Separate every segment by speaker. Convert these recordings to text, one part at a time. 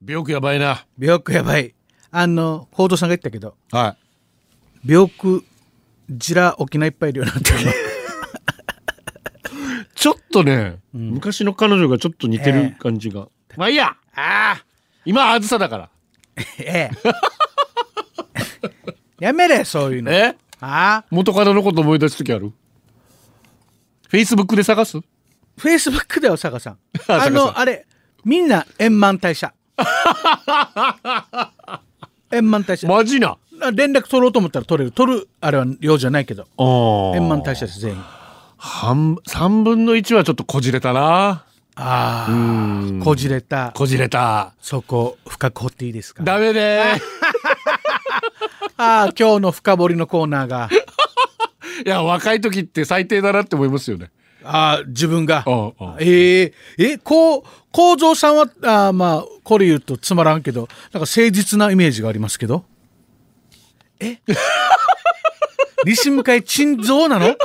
Speaker 1: 美容区やばいな。
Speaker 2: 病気やばい。あの、報道さんが言ったけど、
Speaker 1: は
Speaker 2: 病気、ジラ沖縄いっぱいいるよなって。
Speaker 1: い。ちょっとね、昔の彼女がちょっと似てる感じが。まあいいや
Speaker 2: ああ、
Speaker 1: 今、あずさだから。
Speaker 2: ええ。 やめれ、そういうの。
Speaker 1: え
Speaker 2: ああ、
Speaker 1: 元カノのこと思い出す時あるフェイスブックで探す
Speaker 2: フェイスブックだよ、坂さん。
Speaker 1: 坂さん
Speaker 2: あの、あれ、みんな円満退 社。円満退社。
Speaker 1: マジな。
Speaker 2: あ連絡取ろうと思ったら取れる。取る、あれはようじゃないけど。円
Speaker 1: 円
Speaker 2: 満退社です、全員。
Speaker 1: 半3分の1はちょっとこじれたな
Speaker 2: ああ、こじれた。
Speaker 1: こじれた
Speaker 2: そこ、深く掘っていいですか
Speaker 1: ダメね
Speaker 2: ああ、今日の深掘りのコーナーが。
Speaker 1: いや若い時って最低だなって思いますよね
Speaker 2: ああ、自分が。
Speaker 1: うんうん
Speaker 2: えええ、こう、構造さんは、ああまあ、これ言うとつまらんけど、なんか誠実なイメージがありますけど。 え西向かい腎臓なの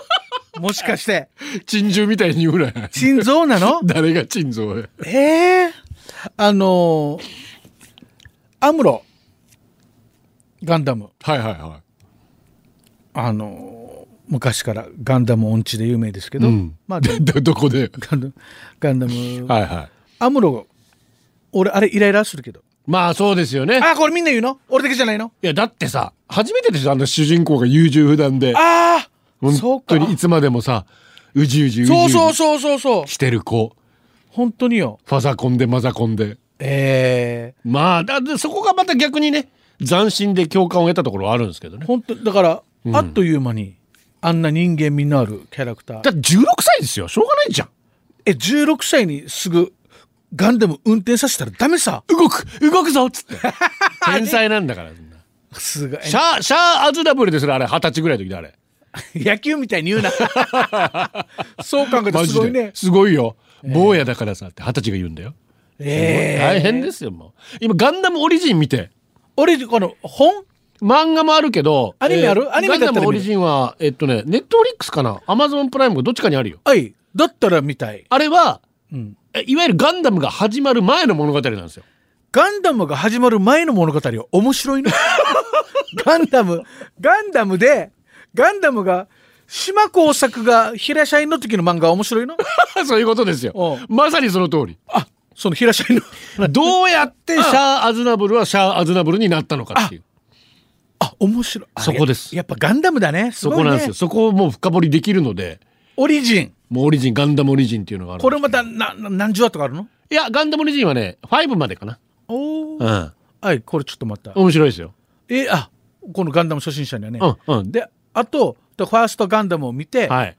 Speaker 2: もしかして。
Speaker 1: 珍獣みたいに言 うなよ
Speaker 2: 腎臓なの
Speaker 1: 誰が珍蔵や
Speaker 2: ええあのーアムロ、ガンダム、
Speaker 1: はいはいは
Speaker 2: あのー昔からガンダム音痴で有名ですけど、
Speaker 1: うん
Speaker 2: ま あ、
Speaker 1: いどどこで
Speaker 2: ガンダム、ガンダム、
Speaker 1: はいはい
Speaker 2: アムロ、俺、あれイライラするけど。
Speaker 1: まあそうですよね
Speaker 2: あ、これみんな言うの俺だけじゃないの
Speaker 1: いやだってさ初めてでしょあの主人公が優柔不断で
Speaker 2: ああそう
Speaker 1: 本
Speaker 2: か
Speaker 1: 当。にいつまでもさうじうじうじ
Speaker 2: そうう
Speaker 1: じ
Speaker 2: そうそうそうそう。
Speaker 1: してる子
Speaker 2: 本当によ。
Speaker 1: ファザコンでマザコンで
Speaker 2: え
Speaker 1: まあだでそこがまた逆にね斬新で共感を得たところはあるんですけど
Speaker 2: え
Speaker 1: ね
Speaker 2: 本当だから、あっという間に、あんな人間味のあるキャラクタ
Speaker 1: だ
Speaker 2: ー。
Speaker 1: って16歳ですよしょうがないじゃん
Speaker 2: え、16歳にすぐ、ガンダム運転させたらダメさ。
Speaker 1: 動く動くぞっつっ て天才なんだからみんな
Speaker 2: すごい。
Speaker 1: シャーシャーアズダブルですらあれ二十歳ぐらいの時だあれ
Speaker 2: 野球みたいに言う な。そう考えたら
Speaker 1: マ
Speaker 2: す
Speaker 1: ジ
Speaker 2: ごい
Speaker 1: で
Speaker 2: ね。
Speaker 1: すごいよ坊やだからさって二十歳が言うんだよ
Speaker 2: ええ
Speaker 1: 大変ですよもう今ガンダムオリジン見て
Speaker 2: 俺、この、本
Speaker 1: 漫画もあるけど
Speaker 2: アニメある
Speaker 1: えー
Speaker 2: アニメだった
Speaker 1: ガ
Speaker 2: ら
Speaker 1: ン
Speaker 2: 見る
Speaker 1: ダムオリジンはえっとねネットフリックスかなアマゾンプライムかどっちかにあるよ
Speaker 2: はい。だったら見たい。
Speaker 1: あれは
Speaker 2: うん。
Speaker 1: えいわゆるガンダムが始まる前の物語なんですよ
Speaker 2: ガンダムが始まる前の物語は面白い な。ガンダム、ガンダムで、ガンダムが、島工作が平社員の時の漫画は面白いの
Speaker 1: そういうことですよ
Speaker 2: おう。
Speaker 1: まさにその通 り。
Speaker 2: あ、その平社員の。
Speaker 1: どうやってシャア・アズナブルはシャア・アズナブルになったのかっていう。
Speaker 2: あ、面白い。あ
Speaker 1: そこです
Speaker 2: ややっぱガンダムだね。す
Speaker 1: そ
Speaker 2: ごい
Speaker 1: こ
Speaker 2: ね、
Speaker 1: なんですよ。そこをもう深掘りできるので、
Speaker 2: オリジン。
Speaker 1: もうオリジン、ガンダムオリジンっていうのがある。
Speaker 2: これまたなな何十話とかあるの
Speaker 1: いや、ガンダムオリジンはね、5までかな。
Speaker 2: おお、
Speaker 1: うん。
Speaker 2: はい、これちょっとまた。
Speaker 1: 面白いですよ。
Speaker 2: え、あ、このガンダム初心者にはね。
Speaker 1: うん、うん。で、
Speaker 2: で、あと、ファーストガンダムを見て、
Speaker 1: はい。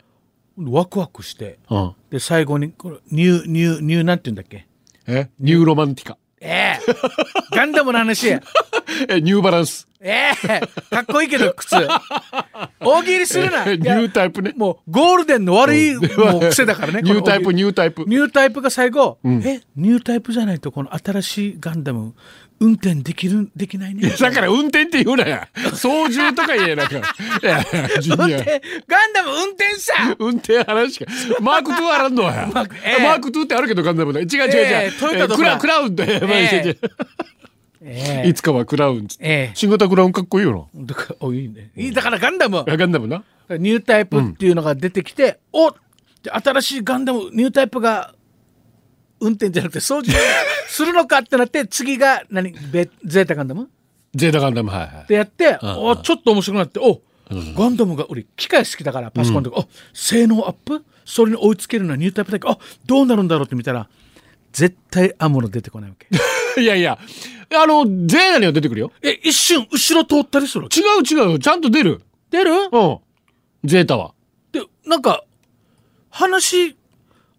Speaker 2: ワクワクして、
Speaker 1: うん。
Speaker 2: で、最後に、これニュー、ニュー、ニューなんて言うんだっけ
Speaker 1: えニューロマンティカ。
Speaker 2: ええガンダムの話や。
Speaker 1: え、ニューバランス。
Speaker 2: ええかっこいいけど、靴。大喜利するな。
Speaker 1: え
Speaker 2: い
Speaker 1: ニ
Speaker 2: や
Speaker 1: ュータイプね。
Speaker 2: もう、ゴールデンの悪い、もう癖だからね。
Speaker 1: ニュータイ
Speaker 2: こ
Speaker 1: プ、
Speaker 2: の大喜利
Speaker 1: ニュータイプ。
Speaker 2: ニュータイプが最後、
Speaker 1: ん
Speaker 2: え、ニュータイプじゃないと、この新しいガンダム、運転できる、できないね。
Speaker 1: だから運転って言うなや。操縦とか言えなから。いやジュ
Speaker 2: 運
Speaker 1: ニア
Speaker 2: 転、ガンダム運転さ
Speaker 1: 運転話しかマーク2あらんのやマ
Speaker 2: ークええ
Speaker 1: ーク2ってあるけどガンダムだ違う違う違う、
Speaker 2: ええトヨタとか
Speaker 1: クラクラウンって、え
Speaker 2: えええ
Speaker 1: いつかはクラウンっつって、
Speaker 2: ええ
Speaker 1: 新型クラウンかっこいいよ
Speaker 2: だからおいいね。いいだからガンダム、
Speaker 1: なガンダムな
Speaker 2: ニュータイプっていうのが出てきて、おで新しいガンダムニュータイプが運転じゃなくて掃除するのかってなって 次が何ベゼータガンダムっ
Speaker 1: ゼータガンダムはいはい
Speaker 2: てやって、
Speaker 1: うん
Speaker 2: おちょっと面白くなっておガンダムが俺機械好きだからパソコンとか、お性能アップそれに追いつけるのはニュータイプだけどあどうなるんだろうって見たら絶対アムロ出てこないわ け
Speaker 1: いやいやあのゼータには出てくるよ
Speaker 2: え一瞬後ろ通ったりするわけ
Speaker 1: 違う違うちゃんと出る
Speaker 2: 出る
Speaker 1: うんゼータは
Speaker 2: でなんか話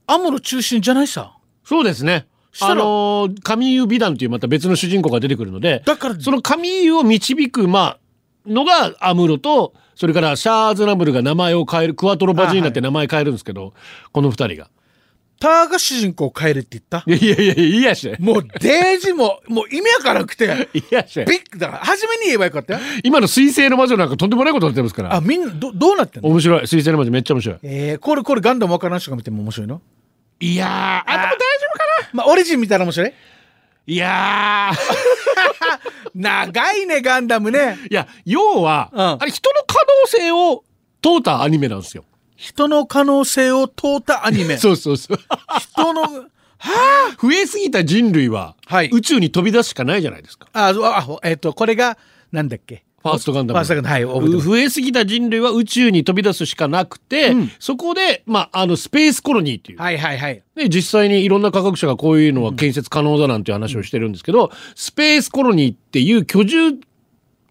Speaker 2: アムロ中心じゃないさ
Speaker 1: そうですね
Speaker 2: したら
Speaker 1: あのー神優美談というまた別の主人公が出てくるので
Speaker 2: だから
Speaker 1: その神優を導くまあのがアムロとそれからシャアーズナブルが名前を変えるクワトロバジーナって名前変えるんですけど、この二人が
Speaker 2: ターが主人公を変えるって言った
Speaker 1: いやいやいやいやし
Speaker 2: もうデージももう意味わからなくて
Speaker 1: いやし
Speaker 2: ビッグだから初めに言えばよかったよ
Speaker 1: 今の水星の魔女なんかとんでもないことになってますから
Speaker 2: あみんなどどうなってんの
Speaker 1: 面白い水星の魔女めっちゃ面白い
Speaker 2: えー、これこれガンダムわからん人が見ても面白いの
Speaker 1: いやーあでも大丈夫か
Speaker 2: まあオリジン見たら面白い
Speaker 1: いやー
Speaker 2: 長いね、ガンダムね。
Speaker 1: いや要は、
Speaker 2: うん
Speaker 1: あれ人の可能性を問うたアニメなんですよ。
Speaker 2: 人の可能性を問うたアニメ。
Speaker 1: そうそうそう
Speaker 2: 人の、
Speaker 1: 増えすぎた人類は、
Speaker 2: はい
Speaker 1: 宇宙に飛び出すしかないじゃないですか。
Speaker 2: あ、そうあえっ、と、これが、なんだっけ。
Speaker 1: ファーストガンダム
Speaker 2: ファーストガンダム。はい、覚えてます
Speaker 1: 増えすぎた人類は宇宙に飛び出すしかなくて、
Speaker 2: うん
Speaker 1: そこで、まあ、あのスペースコロニーっていう、
Speaker 2: はいはいはい。
Speaker 1: ね、実際にいろんな科学者がこういうのは建設可能だなんていう話をしてるんですけど、スペースコロニーっていう居住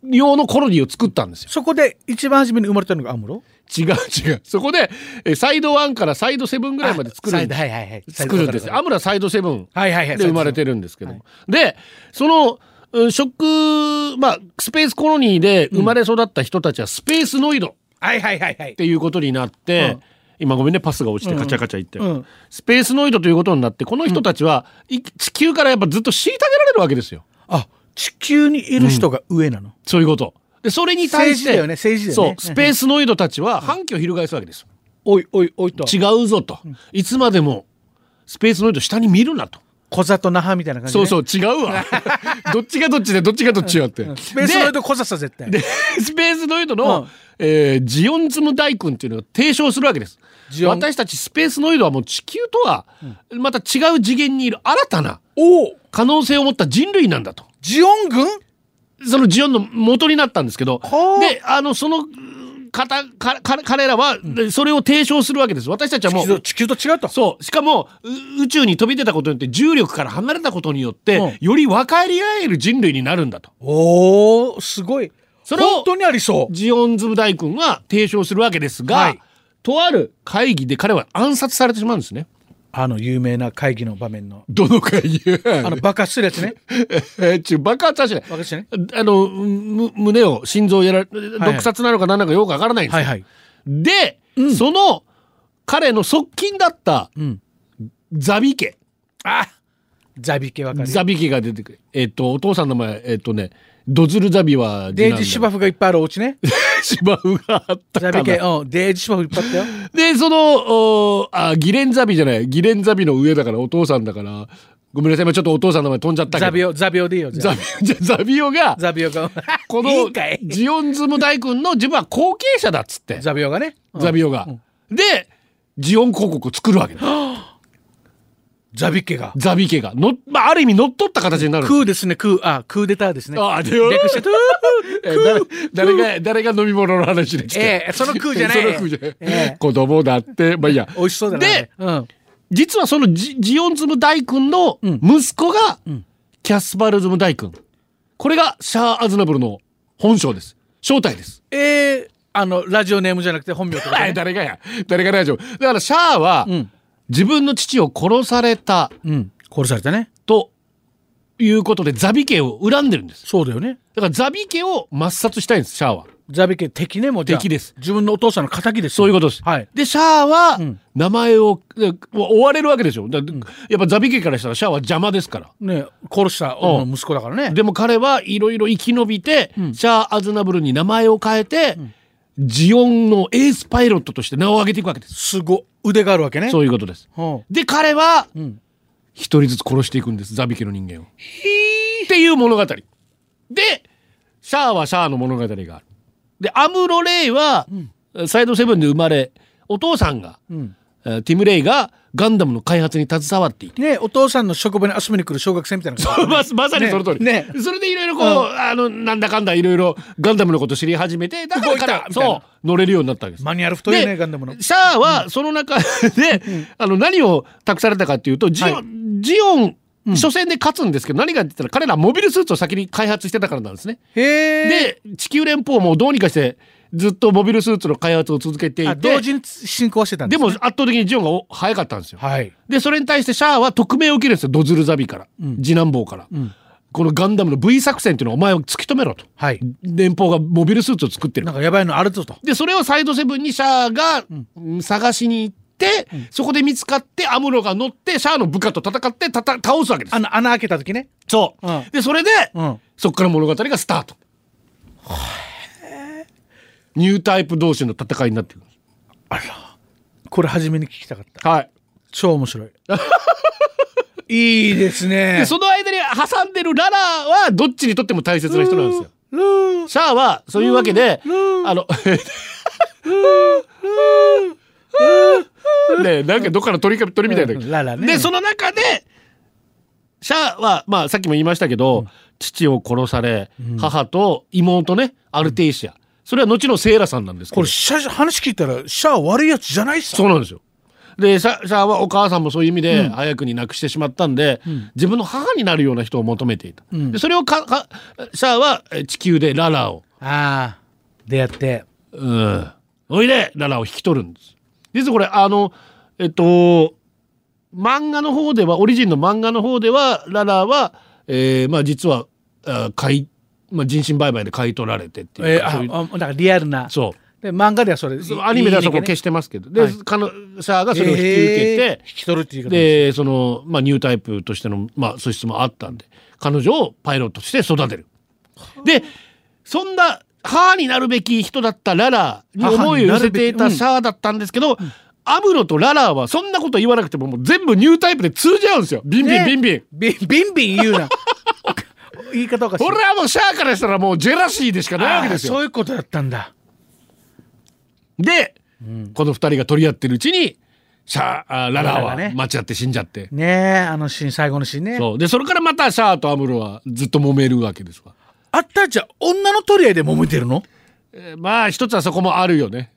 Speaker 1: 用のコロニーを作ったんですよ。
Speaker 2: そこで一番初めに生まれたのがアムロ
Speaker 1: 違う違う。そこで、えサイド1からサイド7ぐらいまで作るんです。
Speaker 2: はいはいはい。
Speaker 1: 作るんですよ。アムラサイド7。
Speaker 2: はいはいはい。
Speaker 1: で生まれて
Speaker 2: る。
Speaker 1: るんですけども、でそのうん食まあスペースコロニーで生まれ育った人たちはスペースノイドっ
Speaker 2: はいはいはいはい。
Speaker 1: ていうことになって、
Speaker 2: うん
Speaker 1: 今ごめんねパスが落ちてカチャカチャ言って、
Speaker 2: うん。
Speaker 1: スペースノイドということになってこの人たちは、い地球からやっぱずっと虐げられるわけですよ
Speaker 2: あ、地球にいる人が上なの。
Speaker 1: そういうこと。でそれに対
Speaker 2: 政
Speaker 1: し
Speaker 2: 治
Speaker 1: て
Speaker 2: だよね、政治だ
Speaker 1: そ
Speaker 2: よね
Speaker 1: う。スペースノイドたちは反旗を翻すわけですよ、
Speaker 2: おいおいおいと。
Speaker 1: 違うぞと、いつまでもスペースノイド下に見るなと。
Speaker 2: 小里那覇みたいな感じ。
Speaker 1: そうそうう違う わ どっちがどっちでどっちがどっちよって
Speaker 2: スペースロイド小里さ絶対。
Speaker 1: でスペースノイドの、
Speaker 2: うん
Speaker 1: えージオンズム大君っていうのを提唱するわけです
Speaker 2: ジオン
Speaker 1: 私たちスペースノイドはもう地球とはまた違う次元にいる新たな
Speaker 2: おお
Speaker 1: 可能性を持った人類なんだと
Speaker 2: ジオン軍
Speaker 1: そのジオンの元になったんですけど
Speaker 2: ほう
Speaker 1: であのそのうん方かか彼らはでそれを提唱するわけです私たちはも
Speaker 2: 地球と
Speaker 1: う
Speaker 2: 地球と違うと。
Speaker 1: そうしかもう宇宙に飛び出たことによって重力から離れたことによって、
Speaker 2: うん
Speaker 1: より分かり合える人類になるんだと
Speaker 2: おおすごい。
Speaker 1: それを
Speaker 2: 本当にありそう。
Speaker 1: ジオンズム大君が提唱するわけですが、
Speaker 2: はい
Speaker 1: とある会議で彼は暗殺されてしまうんですね。
Speaker 2: あの有名な会議の場面の。
Speaker 1: どの会議
Speaker 2: あの爆発するやつね。
Speaker 1: え ちゅ爆発はしない。
Speaker 2: 爆発してね。
Speaker 1: あのむ胸を心臓をやら毒殺なのか何なのかよくわからないんですよ、
Speaker 2: はいはい。
Speaker 1: で、その彼の側近だった
Speaker 2: うん。
Speaker 1: ザビ家
Speaker 2: あザビ系わかる。
Speaker 1: ザビ家が出てくるえっ、とお父さんの名前えっ、とねドズルザビは
Speaker 2: デイジー芝
Speaker 1: 生
Speaker 2: 生がいっぱいあるお家ね。
Speaker 1: 芝生があった
Speaker 2: ザ
Speaker 1: か
Speaker 2: ビ
Speaker 1: な
Speaker 2: 系、うん。デイジー芝生いっぱいあったよ。
Speaker 1: でそのおあギレンザビじゃないギレンザビの上だからお父さんだからごめんなさい今ちょっとお父さんの名前飛んじゃったけど
Speaker 2: ザビオ、ザビオでいいよ。
Speaker 1: ザ
Speaker 2: ザ
Speaker 1: ビじゃザビオが
Speaker 2: ザビオが。
Speaker 1: こ
Speaker 2: い
Speaker 1: の
Speaker 2: いかい
Speaker 1: ジオンズム大君の自分は後継者だっつって
Speaker 2: ザビオがね。うん
Speaker 1: ザビオが、でジオン広告を作るわけだ
Speaker 2: ザビ家が。
Speaker 1: ザビ家がの、まあ、ある意味乗っ取った形になる
Speaker 2: クーですね、クー。あ、クーデターですね。
Speaker 1: ああで
Speaker 2: 略して、トゥー
Speaker 1: え誰誰が誰が飲み物の話ですか、
Speaker 2: ええそのクーじゃない。
Speaker 1: その空じゃない
Speaker 2: ええ
Speaker 1: 子供だってまあいいや
Speaker 2: 美味しそうだな。
Speaker 1: で
Speaker 2: うん。
Speaker 1: 実はそのジジオンズム大君の
Speaker 2: うん
Speaker 1: 息子が
Speaker 2: ん
Speaker 1: キャスパルズム大君これがシャア・アズナブルの本性です正体です、
Speaker 2: ええあの、ラジオネームじゃなくて本名とか
Speaker 1: はい
Speaker 2: ね。
Speaker 1: 誰がや誰が大丈夫だからシャアは
Speaker 2: うん。
Speaker 1: 自分の父を殺された
Speaker 2: うん。殺されたね。
Speaker 1: ということでザビ家を恨んでるんです
Speaker 2: そうだよね。
Speaker 1: だからザビ家を抹殺したいんですシャアは
Speaker 2: ザビ家敵ね、もうじゃあ
Speaker 1: 敵です。
Speaker 2: 自分のお父さんの仇です。
Speaker 1: そういうことです
Speaker 2: はい。
Speaker 1: でシャアは
Speaker 2: うん
Speaker 1: 名前を、で追われるわけでしょだやっぱザビ家からしたらシャアは邪魔ですから
Speaker 2: ね、殺したお息子だからね。
Speaker 1: でも彼はいろいろ生き延びて、
Speaker 2: ん
Speaker 1: シャア・アズナブルに名前を変えて、ジオンのエースパイロットとして名を上げていくわけです。
Speaker 2: すご、腕があるわけね。
Speaker 1: そういうことです。
Speaker 2: うん。
Speaker 1: で彼は
Speaker 2: うん。
Speaker 1: 一人ずつ殺していくんですザビ家の人間を。っていう物語。でシャアはシャアの物語がある。でアムロ・レイは、サイドセブンで生まれお父さんが、
Speaker 2: うん。
Speaker 1: えーティム・レイがガンダムの開発に携わっていて。
Speaker 2: ね、お父さんの職場に遊びに来る小学生みたいな感じ。
Speaker 1: ままさにその通り、
Speaker 2: ね
Speaker 1: それでいろいろこう、あのなんだかんだいろいろガンダムのこと知り始めてだから彼
Speaker 2: 動い
Speaker 1: は
Speaker 2: たみたいな
Speaker 1: そう乗れるようになったわけです。
Speaker 2: マニュアル太いよね、
Speaker 1: で
Speaker 2: ガンダムの。
Speaker 1: シャアはその中で、あの何を託されたかっていうとジオ,、
Speaker 2: はい
Speaker 1: ンジオン初戦で勝つんですけど、何かって言ったら彼らモビルスーツを先に開発してたからなんですね。
Speaker 2: へえ。
Speaker 1: で地球連邦もどうにかしてずっとモビルスーツの開発を続けてい
Speaker 2: あ、
Speaker 1: て
Speaker 2: 同時に進行してたんで
Speaker 1: ですも
Speaker 2: ね、
Speaker 1: 圧倒的にジオンがお早かったんですよ。
Speaker 2: はい。
Speaker 1: でそれに対してシャアは匿名を受けるんですよドズルザビから、次男坊から、このガンダムの V 作戦っていうのをお前を突き止めろと
Speaker 2: はい。
Speaker 1: 連邦がモビルスーツを作ってる
Speaker 2: なんかやばいのあるぞと。
Speaker 1: でそれをサイドセブンにシャアが、うん探しに行って、そこで見つかってアムロが乗ってシャアの部下と戦ってたた倒すわけです
Speaker 2: あの、穴開けた時ね。
Speaker 1: そう、
Speaker 2: うん
Speaker 1: でそれで、
Speaker 2: うん。
Speaker 1: そこから物語がスタートニュータイプ同士の戦いになってくるんです
Speaker 2: これ初めに聞きたかった。
Speaker 1: はい
Speaker 2: 超面白い。 いいですね
Speaker 1: でその間に挟んでるララはどっちにとっても大切な人なんですよ。
Speaker 2: ルー
Speaker 1: シャアはそういうわけであのねなんかどっかの鳥か鳥みたいな、
Speaker 2: うんララね
Speaker 1: でその中でシャアはまあさっきも言いましたけど、父を殺され、母と妹ねアルテイシア、それは後のセイラさんなんですけど
Speaker 2: これシャ話聞いたらシャア悪いやつじゃないっす
Speaker 1: そうなんですよでシャシャアはお母さんもそういう意味で早くに亡くしてしまったんで、自分の母になるような人を求めていた、
Speaker 2: ん
Speaker 1: でそれをかかシャアはえ地球でララを
Speaker 2: ああ出会って
Speaker 1: うん。おいで、ララを引き取るんです。実はこれ、あの、えっと、漫画の方では、オリジンの漫画の方では、ララは、えーまあ実は、あ買い、まあ人身売買で買い取られてっていう
Speaker 2: え
Speaker 1: か、そういう
Speaker 2: ああだからリアルな
Speaker 1: そう
Speaker 2: で漫画ではそれ
Speaker 1: そうアニメではそこ
Speaker 2: いいね
Speaker 1: 消してますけど、で、
Speaker 2: はい
Speaker 1: 彼女がそれを引き受けて
Speaker 2: え、ー引き取るっていうこと
Speaker 1: でその、まあ、ニュータイプとしての、まあ、素質もあったんで彼女をパイロットとして育てる。でそんな母になるべき人だったララに思いを寄せていたシャアだったんですけど、アムロとララはそんなこと言わなくてももう全部ニュータイプで通じ合うんですよビンビンビンビン。
Speaker 2: ビンビンビン言うな 言い方おかしい
Speaker 1: これはもうシャアからしたらもうジェラシーでしかないわけです
Speaker 2: あーそ
Speaker 1: よ。
Speaker 2: ういうことだったんだ
Speaker 1: で、この二人が取り合ってるうちにシャアあララ
Speaker 2: ララ
Speaker 1: は
Speaker 2: ね
Speaker 1: 待ち合って死んじゃって。
Speaker 2: ねえあのシーン最後のシーンね
Speaker 1: そうでそれからまたシャアとアムロはずっと揉めるわけですわ。
Speaker 2: あったじゃあ女の取り合いで揉めてるの
Speaker 1: えーまあ一つはそこもあるよね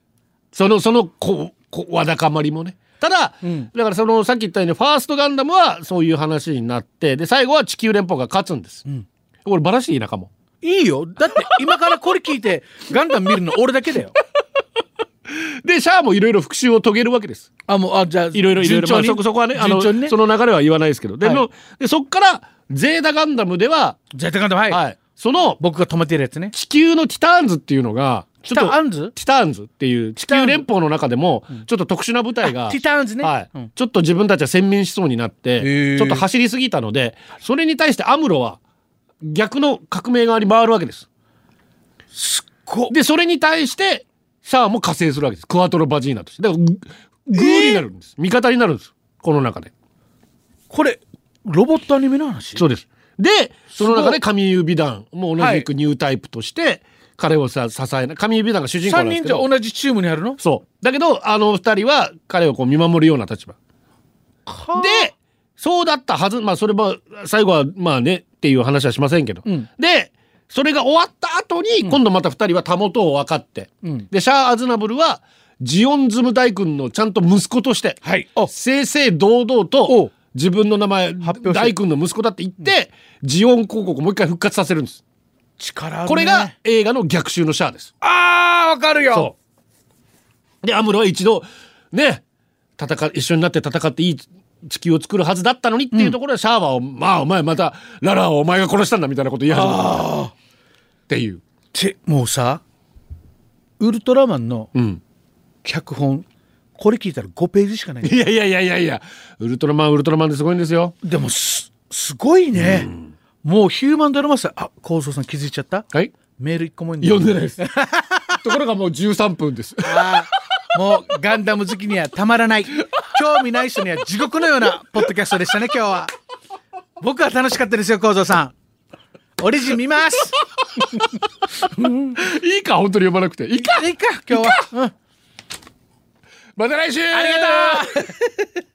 Speaker 1: そのそのここわだかまりもねただ、
Speaker 2: ん
Speaker 1: だからそのさっき言ったようにファーストガンダムはそういう話になってで最後は地球連邦が勝つんです、
Speaker 2: ん
Speaker 1: これバラシい田舎も
Speaker 2: いいよだ って今からこれ聞いてガンダム見るの俺だけだよ
Speaker 1: でシャアもいろいろ復讐を遂げるわけです
Speaker 2: あもうあじゃあ
Speaker 1: いろいろいろいろ、まあ、
Speaker 2: 順調
Speaker 1: そ
Speaker 2: に
Speaker 1: こそこはねあの
Speaker 2: 順調にね
Speaker 1: その流れは言わないですけどで,、
Speaker 2: はい
Speaker 1: もでそっからゼータガンダムでは、
Speaker 2: じゃあガンダムはい、
Speaker 1: はい、その
Speaker 2: 僕が止めてるやつね
Speaker 1: 地球のティターンズっていうのがちょ
Speaker 2: ティ
Speaker 1: っと
Speaker 2: ターンズ
Speaker 1: ティターンズっていう地球連邦の中でもちょっと特殊な部隊が
Speaker 2: あティターンズね
Speaker 1: はい
Speaker 2: うん
Speaker 1: ちょっと自分たちは先民しそうになって
Speaker 2: ー
Speaker 1: ちょっと走りすぎたのでそれに対してアムロは逆の革命側に回るわけです
Speaker 2: こ
Speaker 1: でそれに対してシャアも加勢するわけですクワトロ・バジーナとしてだからググーになるんです、味方になるんですこの中で
Speaker 2: これロボットアニメの話
Speaker 1: そうですでその中で神指団も同
Speaker 2: は
Speaker 1: じ
Speaker 2: い
Speaker 1: くニュータイプとして彼をさ支えな神指団が主人公な
Speaker 2: 3
Speaker 1: んです
Speaker 2: 人
Speaker 1: け
Speaker 2: じゃ
Speaker 1: ど
Speaker 2: 同じチームにあるの
Speaker 1: そう。だけど、あの二人は彼をこう見守るような立場。で、そうだったはず。まあ、それも、最後は、まあね、っていう話はしませんけど。
Speaker 2: うん
Speaker 1: で、それが終わった後に、今度また二人はたもとを分かって、
Speaker 2: うん
Speaker 1: で、シャア・アズナブルは、ジオンズム大君のちゃんと息子として、
Speaker 2: はいお
Speaker 1: 正々堂々と
Speaker 2: お、
Speaker 1: 自分の名前、
Speaker 2: 発表して
Speaker 1: 大君の息子だって言って、ジオン広告をもう一回復活させるんです。
Speaker 2: 力あるね
Speaker 1: これが映画の逆襲のシャアです。
Speaker 2: あーわかるよ
Speaker 1: そう。で、アムロは一度、ね、戦い、一緒になって戦っていい地球を作るはずだったのにっていうところで、シャアワを、まあお前また、ララをお前が殺したんだみたいなこと言い始めた。っていう。
Speaker 2: てもうさウルトラマンの
Speaker 1: うん。
Speaker 2: 脚本これ聞いたら5ページしかない
Speaker 1: いやいやいやいやいや、ウルトラマン、ウルトラマンですごいんですよ。
Speaker 2: でもすすごいね、もうヒューマンドラマスターあ構造さん気づいちゃった
Speaker 1: はい。
Speaker 2: メール1個も
Speaker 1: 読んでない
Speaker 2: い
Speaker 1: です。ところがもう13分です。
Speaker 2: あーもうガンダム好きにはたまらない興味ない人には地獄のようなポッドキャストでしたね今日は僕は楽しかったですよ構造さんオリジン見ます
Speaker 1: いいか、本当に読まなくて。いいか、
Speaker 2: いいか今日はうん
Speaker 1: また来週
Speaker 2: ありがとう